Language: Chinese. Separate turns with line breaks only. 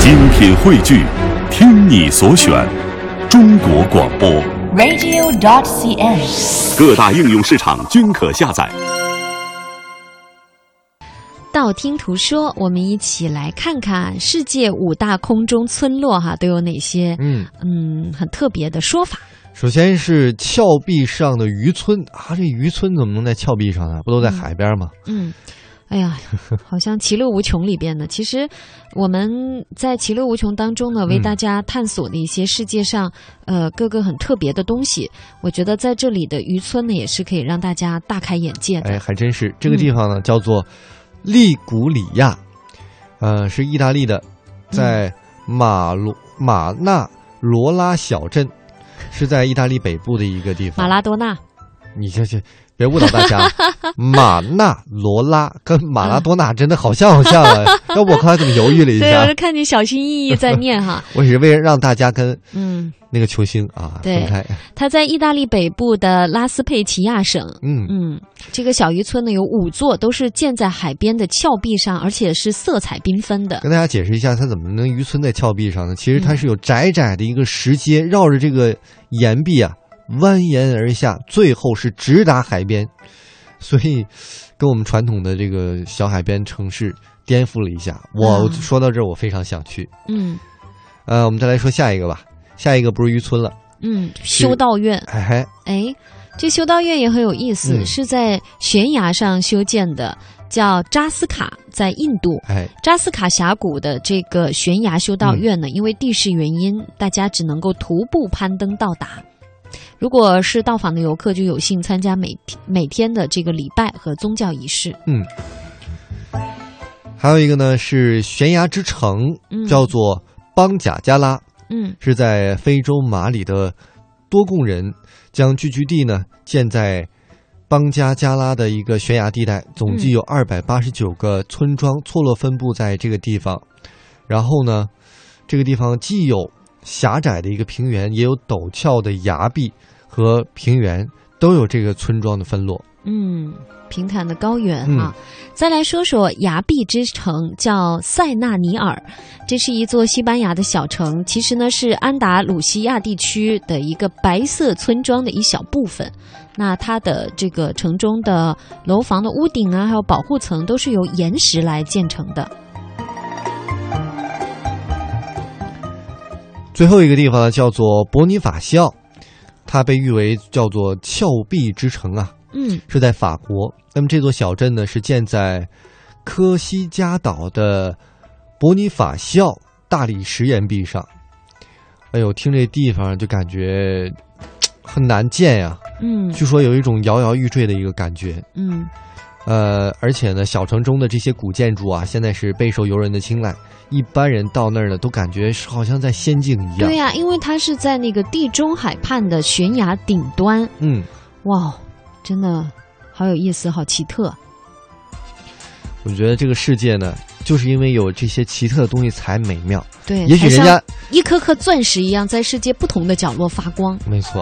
精品汇聚，听你所选，中国广播。
radio.cn。
各大应用市场均可下载。
道听途说，我们一起来看看世界五大空中村落哈、都有哪些
嗯，
嗯很特别的说法。
首先是峭壁上的渔村啊，这渔村怎么能在峭壁上呢？不都在海边吗？
嗯，哎呀，好像《其乐无穷》里边的。其实我们在《其乐无穷》当中呢，为大家探索的一些世界上、呃各个很特别的东西，我觉得在这里的渔村呢，也是可以让大家大开眼界的。
哎，还真是。
嗯
这个地方呢，叫做利古里亚，呃，是意大利的，
嗯
在马罗马纳罗拉小镇，是在意大利北部的一个地方。
马拉多纳，
你这这别误导 大家，啊马纳罗拉跟马拉多纳真的好像好 像啊！要不我刚才怎么犹豫了一
对，我
下
是？看你小心翼翼在念哈。
我只是为了让大家跟
嗯，
那个球星啊
对
分开。
它在意大利北部的拉斯佩齐亚省。
嗯，
嗯，这个小渔村呢有五座，都是建在海边的峭壁上，而且是色彩缤纷的。
跟大家解释一下，它怎么能渔村在峭壁上呢？其实它
嗯
是有窄窄的一个石阶，绕着这个岩壁啊蜿蜒而下，最后是直达海边，所以跟我们传统的这个小海边城市颠覆了一下。我
啊
说到这儿，我非常想去。
嗯
呃，我们再来说下一个吧，下一个不是渔村了，
嗯，修道院，
哎嗨，
哎，这修道院也很有意思，
嗯
是在悬崖上修建的，叫扎斯卡，在印度。
哎，
扎斯卡峡谷的这个悬崖修
嗯
道院呢，因为地势原因，大家只能够徒步攀登到达。如果是到访的游客，就有幸参加每天每天的这个礼拜和宗教仪式。
还有一个呢是悬崖之城，
嗯，
叫做邦贾加拉。
嗯
是在非洲马里的多贡人将聚居地呢建在邦加加拉的一个悬崖地带，总计有二百八十九个村庄错落分布在这个地方。然后呢，这个地方既有狭窄的一个平原，也有陡峭的崖壁和平原，都有这个村庄的分落。
嗯，平坦的高原
嗯
啊。再来说说崖壁之城，叫塞纳尼尔，这是一座西班牙的小城，其实呢是安达鲁西亚地区的一个白色村庄的一小部分。那它的这个城中的楼房的屋顶啊，还有保护层都是由岩石来建成的。
最后一个地方呢，叫做伯尼法西奥，它被誉为叫做峭壁之城啊。
嗯
是在法国。那么这座小镇呢，是建在科西嘉岛的伯尼法西奥大理石岩壁上。哎呦，听这地方就感觉很难见呀、
嗯
据说有一种摇摇欲坠的一个感觉。
嗯
呃，而且呢，小城中的这些古建筑啊，现在是备受游人的青睐。一般人到那儿呢，都感觉是好像在仙境一样。
对呀、因为它是在那个地中海畔的悬崖顶端，
嗯，
哇，真的好有意思，好奇特。
我觉得这个世界呢，就是因为有这些奇特的东西才美妙。
对，
也
它
许人
像
家
一颗颗钻石一样在世界不同的角落发光。
没错，